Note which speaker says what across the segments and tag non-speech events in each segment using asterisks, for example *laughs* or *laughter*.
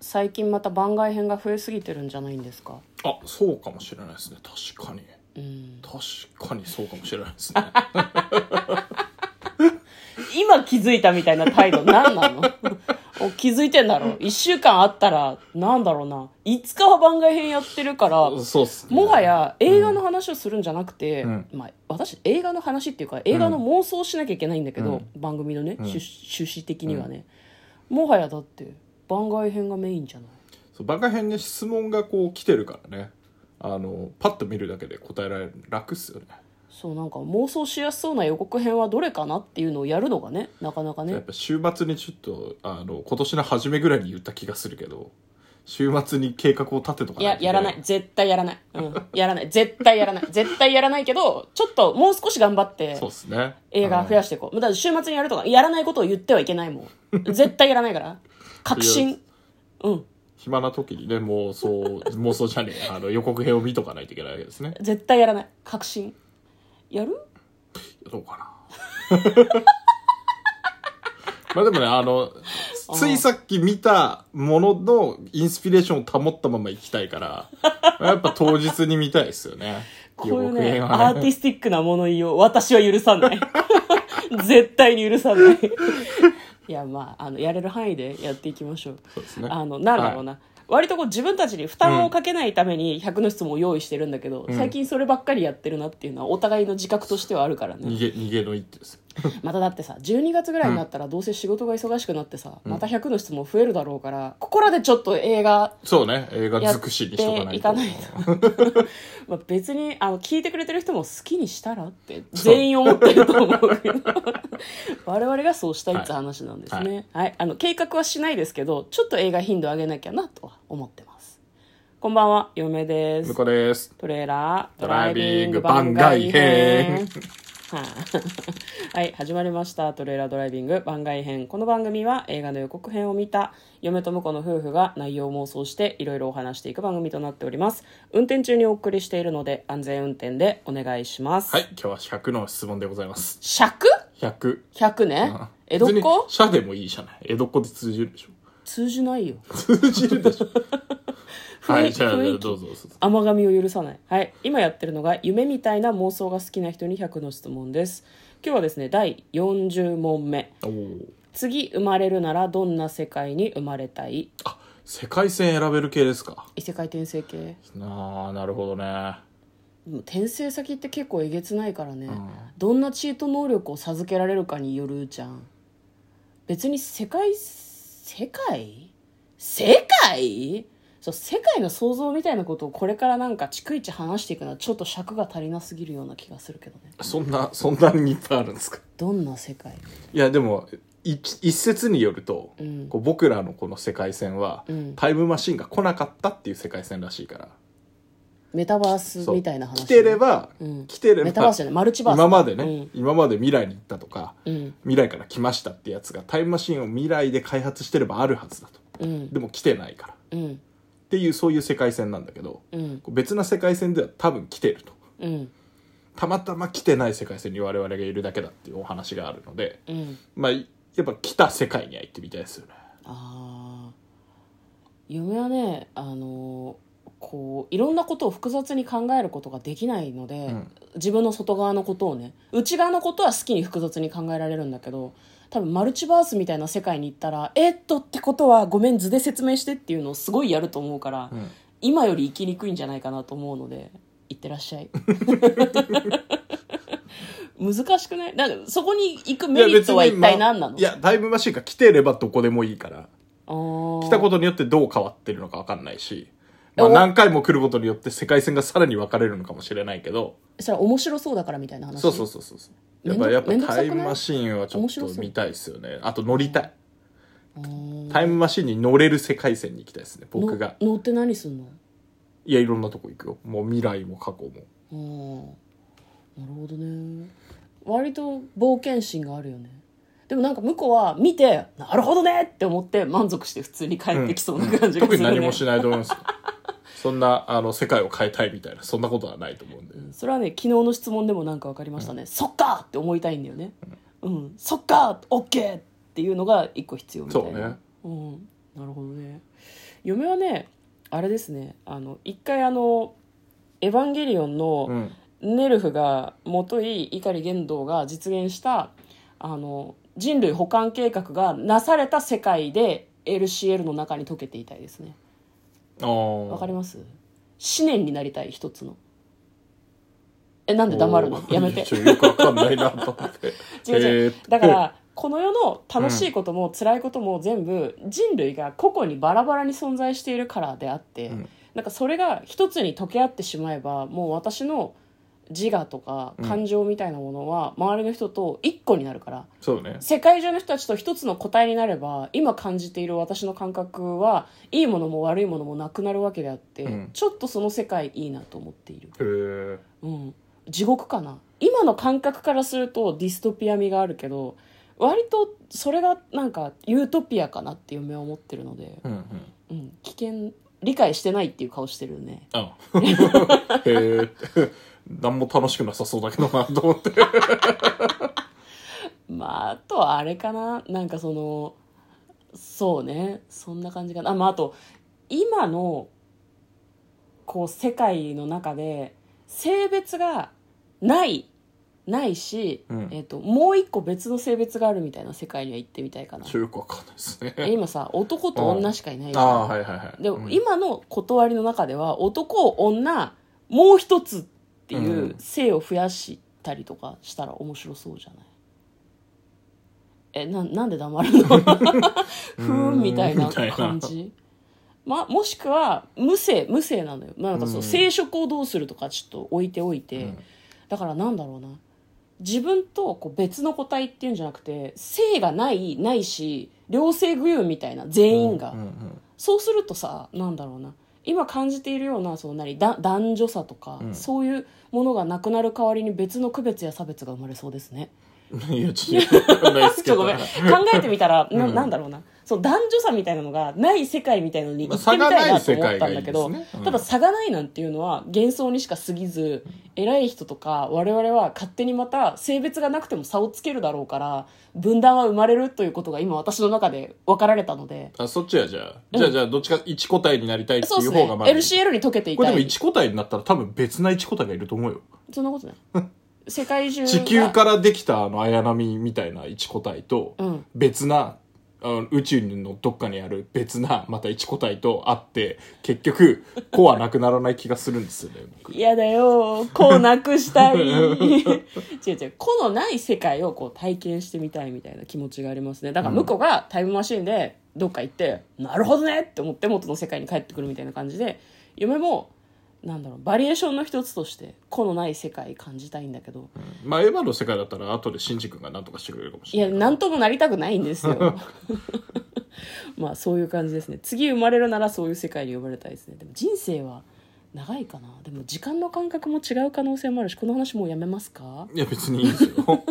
Speaker 1: 最近また番外編が増えすぎてるんじゃないんですか
Speaker 2: あそうかもしれないですね確かに
Speaker 1: うん
Speaker 2: 確かにそうかもしれないですね
Speaker 1: *laughs* 今気づいたみたいな態度何なの *laughs* お気づいてんだろう1週間あったらなんだろうな5日は番外編やってるから
Speaker 2: そうっすね
Speaker 1: もはや映画の話をするんじゃなくて、
Speaker 2: うん
Speaker 1: まあ、私映画の話っていうか映画の妄想をしなきゃいけないんだけど、番組のね、
Speaker 2: ん
Speaker 1: 趣趣旨的にはね、もはやだって番外編がメインじゃない
Speaker 2: そう番外編に質問がこう来てるからねあのパッと見るだけで答えられる楽っすよね
Speaker 1: そうなんか妄想しやすそうな予告編はどれかなっていうのをやるのがねなかなか
Speaker 2: やっ
Speaker 1: ね
Speaker 2: ぱ週末にちょっとあの今年の初めぐらいに言った気がするけど週末に計画を立てとか
Speaker 1: いや
Speaker 2: とけ
Speaker 1: やらない絶対やらない、うん、やらない絶対やら *laughs* ない絶対やらないけどちょっともう少し頑張って
Speaker 2: そうっすね
Speaker 1: 映画増や
Speaker 2: し
Speaker 1: していこう、だから週末にやるとかやらないことを言ってはいけないも *laughs* ん絶対やらないから確
Speaker 2: いや
Speaker 1: 信うん
Speaker 2: 暇な時にね妄想 *laughs* 妄想じゃねえあの予告編を見とかないといけないわけですね
Speaker 1: 絶対やらない確信やる
Speaker 2: どうかな *laughs* まあでもねあのついさっき見たもののインスピレーションを保ったまま行きたい
Speaker 1: *laughs*
Speaker 2: からやっぱ当日に見たいですよね
Speaker 1: こういう
Speaker 2: 予告
Speaker 1: ね
Speaker 2: 編
Speaker 1: ア
Speaker 2: は
Speaker 1: ーティスティックな物言いを私は許さない *laughs* 絶対に許さないいやまああのやれる範囲でやっていきましょう
Speaker 2: そうですね
Speaker 1: あのなんだろうな、割とこう自分たちに負担をかけないために100の質問を用意してるんだけど、
Speaker 2: ん
Speaker 1: 最近そればっかりやってるなっていうのはお互いの自覚としてはあるからね
Speaker 2: 逃げ逃げの一手ですよ
Speaker 1: まただってさ12月ぐらいになったらどうせ仕事が忙しくなってさ、また100の質問増えるだろうからここらでちょっと映画
Speaker 2: そうね映画
Speaker 1: や
Speaker 2: 尽
Speaker 1: っ
Speaker 2: く
Speaker 1: て
Speaker 2: しにしとかない
Speaker 1: い
Speaker 2: と
Speaker 1: かないと *laughs* まあ別にあの聞いてくれてる人も好きにしたらって全員思ってると思う
Speaker 2: *laughs*
Speaker 1: けど我々がそうしたいって話なんですね、はいあの計画はしないですけどちょっと映画頻度上げなきゃなとは思ってますこんばんは嫁です
Speaker 2: 向こうです
Speaker 1: トレーラード
Speaker 2: ドライビング番外編
Speaker 1: はい *laughs* はい始まりました「トレーラードライビング番外編」この番組は映画の予告編を見た嫁と婿の夫婦が内容を妄想していろいろお話していく番組となっております運転中にお送りしているので安全運転でお願いします、
Speaker 2: はい、今日は100の質問でございます。
Speaker 1: 尺
Speaker 2: 100。
Speaker 1: 100ね
Speaker 2: あ
Speaker 1: 江戸っ子
Speaker 2: 別に社でもいいじゃない。江戸っ子で通じるでし
Speaker 1: *laughs*
Speaker 2: ょ。
Speaker 1: 通じないよ
Speaker 2: 通じるでしょ。は
Speaker 1: 雰囲
Speaker 2: い、
Speaker 1: 気
Speaker 2: じゃあ、ど
Speaker 1: 雰囲
Speaker 2: う
Speaker 1: 気
Speaker 2: ぞどうぞ。
Speaker 1: 甘噛みを許さない、はい、今やってるのが夢みたいな妄想が好きな人に100の質問です今日はですね第40問目
Speaker 2: おー
Speaker 1: 次生まれるならどんな世界に生まれたい
Speaker 2: あ、世界線選べる系ですか。
Speaker 1: 異世界転生系
Speaker 2: ああ、なるほどね。
Speaker 1: でも転生先って結構えげつないからね、
Speaker 2: ん
Speaker 1: どんなチート能力を授けられるかによるじゃん別に世界世界世界そう世界の創造みたいなことをこれからなんか逐一話していくのはちょっと尺が足りなすぎるような気がするけどね
Speaker 2: そんな、そんなにいっぱいあるんですか。
Speaker 1: どんな世界
Speaker 2: いや、でも、一一説によると、
Speaker 1: うん
Speaker 2: こう僕らのこの世界線は、
Speaker 1: うん
Speaker 2: タイムマシンが来なかったっていう世界線らしいから。
Speaker 1: メタバースみたいな話、
Speaker 2: 来てれば、
Speaker 1: うん
Speaker 2: 来てれば、
Speaker 1: メタバースじゃないマルチバース
Speaker 2: 今までね、今まで未来に行ったとか、
Speaker 1: うん
Speaker 2: 未来から来ましたってやつがタイムマシンを未来で開発してればあるはずだ
Speaker 1: う
Speaker 2: と
Speaker 1: ん
Speaker 2: でも来てないからっ
Speaker 1: うん
Speaker 2: ていうそういう世界線なんだけど
Speaker 1: うん
Speaker 2: 別な世界線では多分来てると
Speaker 1: うん
Speaker 2: たまたま来てない世界線に我々がいるだけだっていうお話があるので
Speaker 1: うん
Speaker 2: まあやっぱ来た世界には行ってみたいですよね
Speaker 1: ああ嫁はねあのーこういろんなことを複雑に考えることができないので、
Speaker 2: うん
Speaker 1: 自分の外側のことをね内側のことは好きに複雑に考えられるんだけど多分マルチバースみたいな世界に行ったら「えっと」ってことはごめん図で説明してっていうのをすごいやると思うから、
Speaker 2: うん
Speaker 1: 今より生きにくいんじゃないかなと思うので行ってらっしゃい *laughs* 難しくないなんかそこに行くメリットは一体何なの
Speaker 2: いや別にまあいやタイムマシンが来てればどこでもいいから
Speaker 1: 来
Speaker 2: 来たことによってどう変わってるのか分かんないし、まあ、
Speaker 1: お
Speaker 2: 何回も来ることによって世界線がさらに分かれるのかもしれないけど
Speaker 1: それ面白そうだからみたいな話
Speaker 2: そうそうそうそうそうや
Speaker 1: めん
Speaker 2: っぱ
Speaker 1: ど
Speaker 2: やっぱ
Speaker 1: めんどくさ
Speaker 2: タ
Speaker 1: くない
Speaker 2: イムマシーンはちょ
Speaker 1: 面
Speaker 2: っ
Speaker 1: 白
Speaker 2: と
Speaker 1: そう
Speaker 2: 見たいですよねあと乗りたい
Speaker 1: うん
Speaker 2: タイムマシーンに乗れる世界線に行きたいですね僕が
Speaker 1: の乗って何すんの
Speaker 2: いやいろんなとこ行くよもう未来も過去も
Speaker 1: うんなるほどね割と冒険心があるよねでもなんか向こうは見てなるほどねって思って満足して普通に帰ってきそうな感じがする、ね
Speaker 2: 特に何もしないと思いますよそんなあの世界を変えたいみたいなそんなことはないと思うんで
Speaker 1: それはね昨日の質問でもなんか分かりましたね、そっかって思いたいんだよねうん、そっかオッケーっていうのが一個必要みたいな
Speaker 2: そうね
Speaker 1: うん、なるほどね嫁はねあれですねあの一回あの「エヴァンゲリオン」
Speaker 2: う
Speaker 1: の
Speaker 2: ん。
Speaker 1: ネルフが元い碇玄道が実現したあの人類保管計画がなされた世界で LCL の中に溶けていたいですね
Speaker 2: ああ。
Speaker 1: わかります思念になりたい一つのえなんで黙るの
Speaker 2: おー
Speaker 1: やめて
Speaker 2: ちょよくわかんないなと思って。
Speaker 1: *laughs* 違う違
Speaker 2: え
Speaker 1: う
Speaker 2: ー
Speaker 1: だからこの世の楽しいことも辛いことも全部人類が個々にバラバラに存在しているからであって、
Speaker 2: うん
Speaker 1: なんかそれが一つに溶け合ってしまえばもう私の自我とか
Speaker 2: うん
Speaker 1: 感情みたいなものは周りの人と一個になるから、
Speaker 2: そうね。
Speaker 1: 世界中の人たちと一つの個体になれば今感じている私の感覚はいいものも悪いものもなくなるわけであって、
Speaker 2: うん
Speaker 1: ちょっとその世界いいなと思っている、
Speaker 2: へー
Speaker 1: うん、地獄かな今の感覚からするとディストピア味があるけど割とそれがなんかユートピアかなって嫁は思ってるので、
Speaker 2: うんうん。
Speaker 1: うん、危険理解してないっていう顔してるね
Speaker 2: あ
Speaker 1: *laughs*
Speaker 2: へえ。何も楽しくなさそうだけどなと思って。
Speaker 1: まああとはあれかななんかそのそうねそんな感じかなあまああと今のこう世界の中で性別がないないし、
Speaker 2: うん
Speaker 1: えっともう一個別の性別があるみたいな世界には行ってみたいかな
Speaker 2: ちょよくわかんないですね。
Speaker 1: え今さ男と女しかいないじ
Speaker 2: あ
Speaker 1: ゃん
Speaker 2: あ、はいはいはい。
Speaker 1: でも、
Speaker 2: うん、
Speaker 1: 今の断りの中では男女もう一つっていう
Speaker 2: うん
Speaker 1: 性を増やしたりとかしたら面白そうじゃない、えななんで黙
Speaker 2: *laughs*
Speaker 1: るのふーんみたいな
Speaker 2: みたいな
Speaker 1: 感じまあ、もしくは無性無性なのよ、まあ、なんかそううん生殖をどうするとかちょっと置いておいて、
Speaker 2: うん
Speaker 1: だからなんだろうな自分とこう別の個体っていうんじゃなくて性がないないし両性具有みたいな全員が、
Speaker 2: うんうん
Speaker 1: そうするとさなんだろうな今感じているようなその何だ男女差とか、
Speaker 2: うん
Speaker 1: そういうものがなくなる代わりに別の区別や差別が生まれそうですね。
Speaker 2: うん。いや、ちょっとよ
Speaker 1: *laughs*
Speaker 2: くわかんないです
Speaker 1: ち
Speaker 2: け
Speaker 1: ょっとご
Speaker 2: ど。
Speaker 1: めん考えてみたら、ななんだろうなその男女差みたいなのがない世界みたいのに行ってみたいなと思ったんだけど、
Speaker 2: まあ差がない世界がいいですねうん
Speaker 1: ただ差がないなんていうのは幻想にしか過ぎず偉い人とか我々は勝手にまた性別がなくても差をつけるだろうから分断は生まれるということが今私の中で分かられたので。
Speaker 2: あ、そっちや、じゃあ。じゃあ、じゃあ、どっちか一個体になりたいって
Speaker 1: そう
Speaker 2: い
Speaker 1: で
Speaker 2: う
Speaker 1: すね。
Speaker 2: 方がまあいい。
Speaker 1: LCL に溶けてい
Speaker 2: こ
Speaker 1: た
Speaker 2: れ
Speaker 1: い。
Speaker 2: でも一個体になったら多分別な一個体がいると思うよ。
Speaker 1: そんなことない。
Speaker 2: *laughs*
Speaker 1: 世界中が
Speaker 2: 地球からできたあの綾波みたいな一個体と
Speaker 1: うん
Speaker 2: 別な、あの宇宙のどっかにある別なまた一個体とあって結局子はなくならない気がするんですよね僕
Speaker 1: 嫌だよー子をなくしたい *laughs* 違う違う子のない世界をこう体験してみたいみたいな気持ちがありますねだから向こうがタイムマシンでどっか行って、なるほどねって思って元の世界に帰ってくるみたいな感じで嫁もなんだろうバリエーションの一つとして子のない世界感じたいんだけど、
Speaker 2: まあエヴァの世界だったら後でシンジ君が何とかしてくれるかもし
Speaker 1: い
Speaker 2: れ
Speaker 1: や、
Speaker 2: ない
Speaker 1: なんともなりたくないんですよ。 *laughs* まあ、そういう感じですね。次生まれるならそういう世界に呼ばれたいですね。でも人生は長いかな。でも時間の感覚も違う可能性もあるし、この話もうやめますか
Speaker 2: いや別にいいですよ *laughs*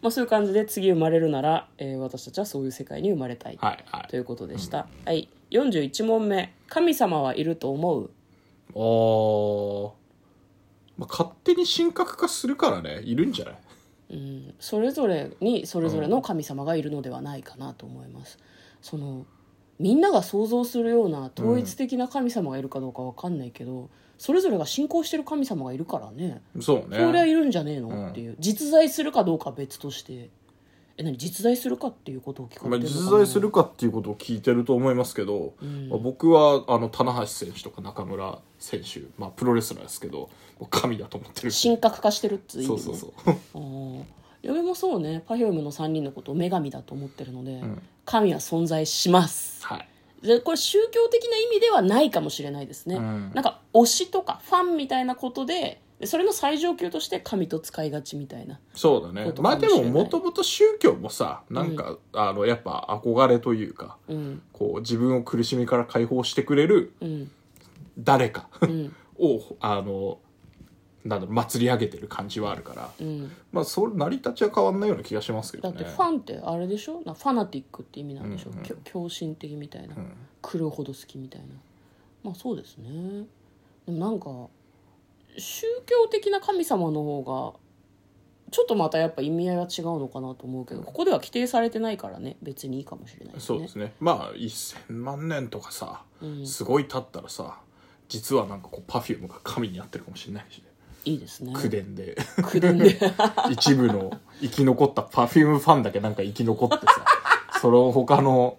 Speaker 1: まあ、そういう感じで次生まれるなら、えー私たちはそういう世界に生まれたい。
Speaker 2: はいは
Speaker 1: と
Speaker 2: い
Speaker 1: いうことでした。はい。41問目。神様はいると思う
Speaker 2: あー、まあ勝手に神格化するからねいるんじゃない
Speaker 1: うん、それぞれにそれぞれの神様がいるのではないかなと思います。そのみんなが想像するような統一的な神様がいるかどうかわかんないけど、それぞれが信仰してる神様がいるからね
Speaker 2: そうね
Speaker 1: そりゃいるんじゃねえの、
Speaker 2: うん
Speaker 1: っていう実在するかどうかは別としてえ何実在するかっていうことを聞か
Speaker 2: ま
Speaker 1: れて
Speaker 2: あ、
Speaker 1: るのかな
Speaker 2: 実在するかっていうことを聞いてると思いますけど、
Speaker 1: ん
Speaker 2: まあ僕はあの棚橋選手とか中村選手、まあ、プロレスラーですけどもう神だと思ってる
Speaker 1: 神格化してるっつう意味
Speaker 2: そうそうそう
Speaker 1: あー嫁もそうね Perfume の3人のことを女神だと思ってるので、
Speaker 2: ん
Speaker 1: 神は存在します
Speaker 2: はい
Speaker 1: でこれ宗教的な意味ではないかもしれないですね、
Speaker 2: うん
Speaker 1: なんか推しとかファンみたいなことででそれの最上級として神と使いがちみたいな
Speaker 2: そうだね
Speaker 1: ことか
Speaker 2: まあ
Speaker 1: もし
Speaker 2: で
Speaker 1: れない
Speaker 2: ももともと宗教もさなんか、あのやっぱ憧れというか
Speaker 1: うん
Speaker 2: こう自分を苦しみから解放してくれる
Speaker 1: うん
Speaker 2: 誰か
Speaker 1: うん
Speaker 2: を、あのなんだろう祭り上げてる感じはあるから、 *laughs*
Speaker 1: うん
Speaker 2: まあそれ成り立ちは変わんないような気がしますけ
Speaker 1: だ
Speaker 2: ど
Speaker 1: っ
Speaker 2: ね
Speaker 1: てファンってあれでしょなファナティックって意味なんでしょ、
Speaker 2: うんうん
Speaker 1: きょ狂信的みたいな、
Speaker 2: うん
Speaker 1: 狂うほど好きみたいなまあそうですねでもなんか宗教的な神様の方がちょっとまたやっぱ意味合いは違うのかなと思うけどここでは規定されてないからね別にいいかもしれない
Speaker 2: そう
Speaker 1: ね
Speaker 2: ですねまあ1000万年とかさ、すごい経ったらさ実はなんかこうパフュームが神になってるかもしれないしね
Speaker 1: いいですね
Speaker 2: 口伝で *laughs*
Speaker 1: 口伝 *laughs* で
Speaker 2: 一部の生き残ったパフュームファンだけなんか生き残って *laughs* さその他の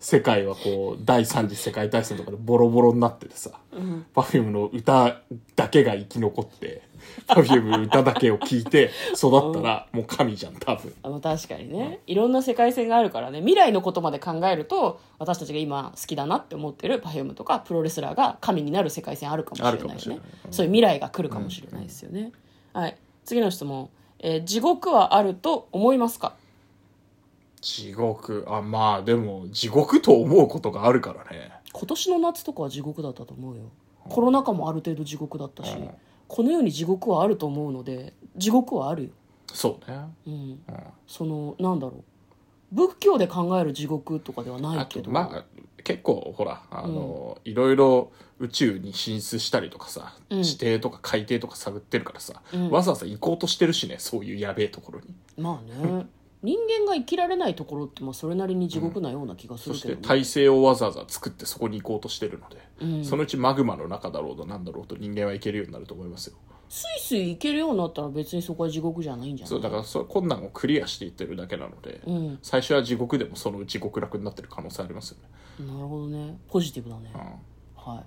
Speaker 2: 世界はこう第三次世界大戦とかでボロボロになっててさ、パフュームの歌だけが生き残ってパフューム歌だけを聴いて育ったらもう神じゃん多分
Speaker 1: あの確かにね、いろんな世界線があるからね未来のことまで考えると私たちが今好きだなって思ってる Perfume とかプロレスラーが神になる世界線あるかもしれないし
Speaker 2: あ
Speaker 1: ね
Speaker 2: るかもしれない
Speaker 1: そういう未来が来るかもしれないですよね、はい次の質問、えー地獄はあると思いますか
Speaker 2: 地獄あまあでも地獄と思うことがあるからね
Speaker 1: 今年の夏とかは地獄だったと思うよコロナ禍もある程度地獄だったし、
Speaker 2: うん
Speaker 1: この世に地獄はあると思うので地獄はあるよ、
Speaker 2: そうね、
Speaker 1: うん、
Speaker 2: うん、
Speaker 1: そのなんだろう仏教で考える地獄とかではない
Speaker 2: あ
Speaker 1: け
Speaker 2: と
Speaker 1: ど
Speaker 2: まあ結構ほらあの、いろいろ宇宙に進出したりとかさ、
Speaker 1: うん
Speaker 2: 地底とか海底とか探ってるからさ、
Speaker 1: うん
Speaker 2: わざわざ行こうとしてるしねそういうやべえところに
Speaker 1: まあね人間が生きられないところってまあそれなりに地獄なような気がす
Speaker 2: そ
Speaker 1: る
Speaker 2: し
Speaker 1: けど、
Speaker 2: て
Speaker 1: ね
Speaker 2: 体制をわざわざ作ってそこに行こうとしてるので、
Speaker 1: うん
Speaker 2: そのうちマグマの中だろうとなんだろうと人間は行けるようになると思いますよ
Speaker 1: スイスイ行けるようになったら別にそこは地獄じゃないんじゃない
Speaker 2: そうだからそう困難をクリアしていってるだけなので、
Speaker 1: うん
Speaker 2: 最初は地獄でもそのうち極楽になってる可能性ありますよね、
Speaker 1: なるほどねポジティブだね、
Speaker 2: うん
Speaker 1: はい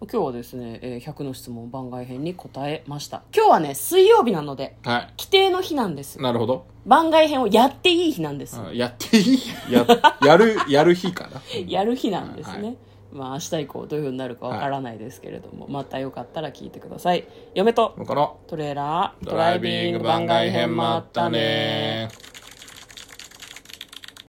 Speaker 1: 今日はですね、えー100の質問番外編に答えました今日はね水曜日なので
Speaker 2: は
Speaker 1: 規定の日なんです
Speaker 2: いなるほど、
Speaker 1: 番外編をやっていい日なんです、
Speaker 2: うんやっていいややるやる日かな、う
Speaker 1: *laughs*
Speaker 2: ん
Speaker 1: やる日なんですね、
Speaker 2: はい
Speaker 1: まあ明日以降どういうふうになるかわからないですけれども、またよかったら聞いてください嫁と
Speaker 2: のかな
Speaker 1: トレーラード
Speaker 2: ドライビング番外編もあったね